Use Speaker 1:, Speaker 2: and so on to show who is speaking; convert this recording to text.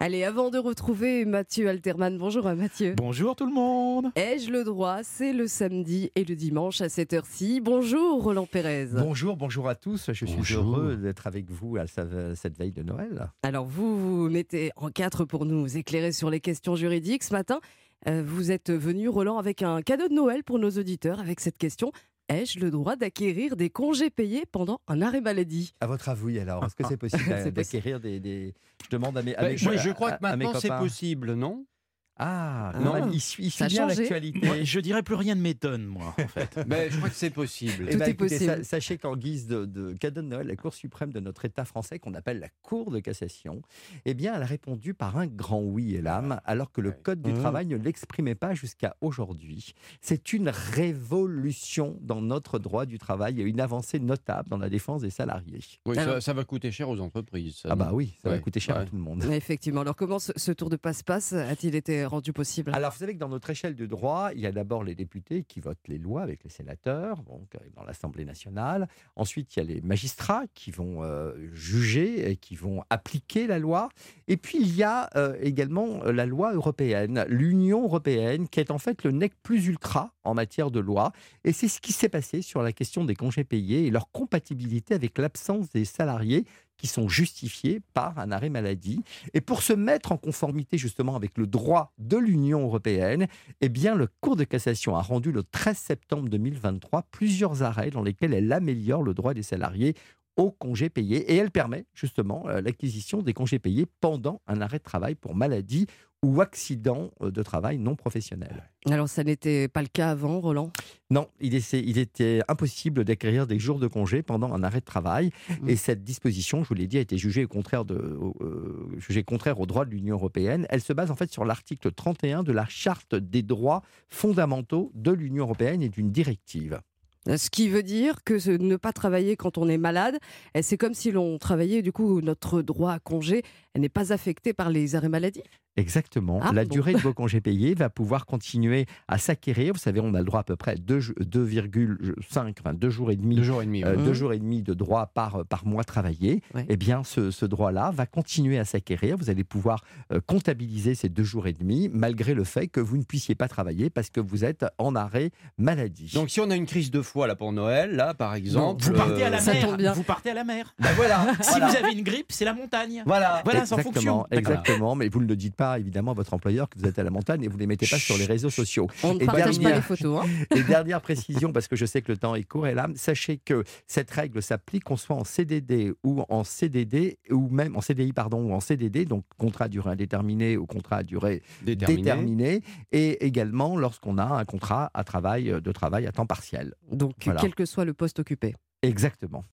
Speaker 1: Allez, avant de retrouver Mathieu Alterman, bonjour à Mathieu.
Speaker 2: Bonjour tout le monde
Speaker 1: Ai-je le droit C'est le samedi et le dimanche à cette heure-ci. Bonjour Roland Pérez.
Speaker 3: Bonjour, bonjour à tous. Je suis
Speaker 2: Bonjour.
Speaker 3: heureux d'être avec vous à sa- cette veille de Noël.
Speaker 1: Alors vous vous mettez en quatre pour nous éclairer sur les questions juridiques ce matin. euh, vous êtes venu Roland avec un cadeau de Noël pour nos auditeurs avec cette question. Ai-je le droit d'acquérir des congés payés pendant un arrêt maladie
Speaker 3: À votre avis, alors, est-ce que c'est possible d'a-
Speaker 1: C'est
Speaker 3: d'acquérir des, des- Je demande à mes. à
Speaker 4: Bah,
Speaker 3: mes-
Speaker 4: je,
Speaker 3: à-
Speaker 4: je crois
Speaker 3: à-
Speaker 4: que
Speaker 3: à mes
Speaker 4: maintenant c'est
Speaker 3: copains.
Speaker 4: possible, non
Speaker 3: Ah,
Speaker 1: Non.
Speaker 3: non, il suit, il
Speaker 1: Ça a
Speaker 3: suit bien
Speaker 1: changé.
Speaker 3: l'actualité.
Speaker 2: Je dirais plus rien ne m'étonne, moi, en fait.
Speaker 4: ben, Je crois que c'est possible.
Speaker 3: Eh
Speaker 1: Tout
Speaker 3: ben,
Speaker 1: est
Speaker 3: écoutez, sa-
Speaker 1: possible.
Speaker 3: sachez qu'en guise de, de cadeau de Noël, la Cour suprême de notre État français, qu'on appelle la Cour de cassation, eh bien, elle a répondu par un grand oui et l'âme, alors que le
Speaker 4: Ouais.
Speaker 3: Code du
Speaker 2: Mmh.
Speaker 3: travail ne l'exprimait pas jusqu'à aujourd'hui. C'est une révolution dans notre droit du travail et une avancée notable dans la défense des salariés.
Speaker 4: Oui, ça,
Speaker 1: Alors-
Speaker 4: ça va coûter cher aux entreprises. ça,
Speaker 3: Ah bah
Speaker 4: non
Speaker 3: oui, ça va
Speaker 4: Euh, Ouais,
Speaker 3: coûter cher à
Speaker 4: ouais.
Speaker 3: tout le monde.
Speaker 1: Effectivement. Alors comment ce, ce tour de passe-passe a-t-il été rendu possible
Speaker 3: Alors, vous savez que dans notre échelle de droit, il y a d'abord les députés qui votent les lois avec les sénateurs, donc euh, dans l'Assemblée nationale. Ensuite, il y a les magistrats qui vont euh, juger et qui vont appliquer la loi. Et puis, il y a euh, également euh, la loi européenne, l'Union européenne, qui est en fait le nec plus ultra en matière de loi. Et c'est ce qui s'est passé sur la question des congés payés et leur compatibilité avec l'absence des salariés qui sont justifiés par un arrêt maladie. Et pour se mettre en conformité justement avec le droit de l'Union européenne, eh bien le Cour de cassation a rendu le 13 septembre 2023 plusieurs arrêts dans lesquels elle améliore le droit des salariés aux congés payés et elle permet justement euh, l'acquisition des congés payés pendant un arrêt de travail pour maladie ou accident euh, de travail non professionnel.
Speaker 1: Alors ça n'était pas le cas avant Roland.
Speaker 3: Non, il, essaie- il était impossible d'acquérir des jours de congé pendant un arrêt de travail.
Speaker 1: Mhm.
Speaker 3: Et cette disposition, je vous l'ai dit, a été jugée, au contraire de, au- euh, jugée contraire au droit de l'Union européenne. Elle se base en fait sur l'article 31 de la Charte des droits fondamentaux de l'Union européenne et d'une directive.
Speaker 1: Ce qui veut dire que ce- ne pas travailler quand on est malade, eh, c'est comme si l'on travaillait, du coup, notre droit à congé eh, n'est pas affecté par les arrêts maladie.
Speaker 3: Exactement.
Speaker 1: Ah,
Speaker 3: la
Speaker 1: bon.
Speaker 3: durée de vos congés payés va pouvoir continuer à s'acquérir. Vous savez, on a le droit à peu près à deux ju- 2,5, enfin deux jours et demi
Speaker 4: Deux jours et demi.
Speaker 3: euh,
Speaker 4: ouais.
Speaker 3: deux jours et demi de droit par, euh, par mois travaillé,
Speaker 1: Ouais.
Speaker 3: eh bien ce, ce droit-là va continuer à s'acquérir. Vous allez pouvoir euh, comptabiliser ces deux jours et demi malgré le fait que vous ne puissiez pas travailler parce que vous êtes en arrêt maladie.
Speaker 4: Donc si on a une crise de foi là pour Noël, là par exemple...
Speaker 2: Vous partez à la
Speaker 1: Euh, Ça tombe bien.
Speaker 2: mer Vous partez à la mer
Speaker 4: Ben voilà,
Speaker 2: Si vous avez une grippe, c'est la montagne
Speaker 4: voilà.
Speaker 2: Voilà, c'est en fonction
Speaker 3: exactement, exactement, mais vous ne le dites pas évidemment à votre employeur que vous êtes à la montagne et vous ne les mettez pas sur les réseaux sociaux.
Speaker 1: On ne
Speaker 3: Et
Speaker 1: partage pas
Speaker 3: dernière-
Speaker 1: les photos. hein.
Speaker 3: Et dernière précision, parce que je sais que le temps est court, et là, sachez que cette règle s'applique qu'on soit en CDD ou en CDD, ou même en CDI, pardon, ou en CDD, donc contrat à durée indéterminée ou contrat à durée
Speaker 4: Déterminé.
Speaker 3: déterminée, et également lorsqu'on a un contrat à euh, travail, de travail à temps partiel.
Speaker 1: Donc,
Speaker 3: Voilà.
Speaker 1: quel que soit le poste occupé.
Speaker 3: Exactement.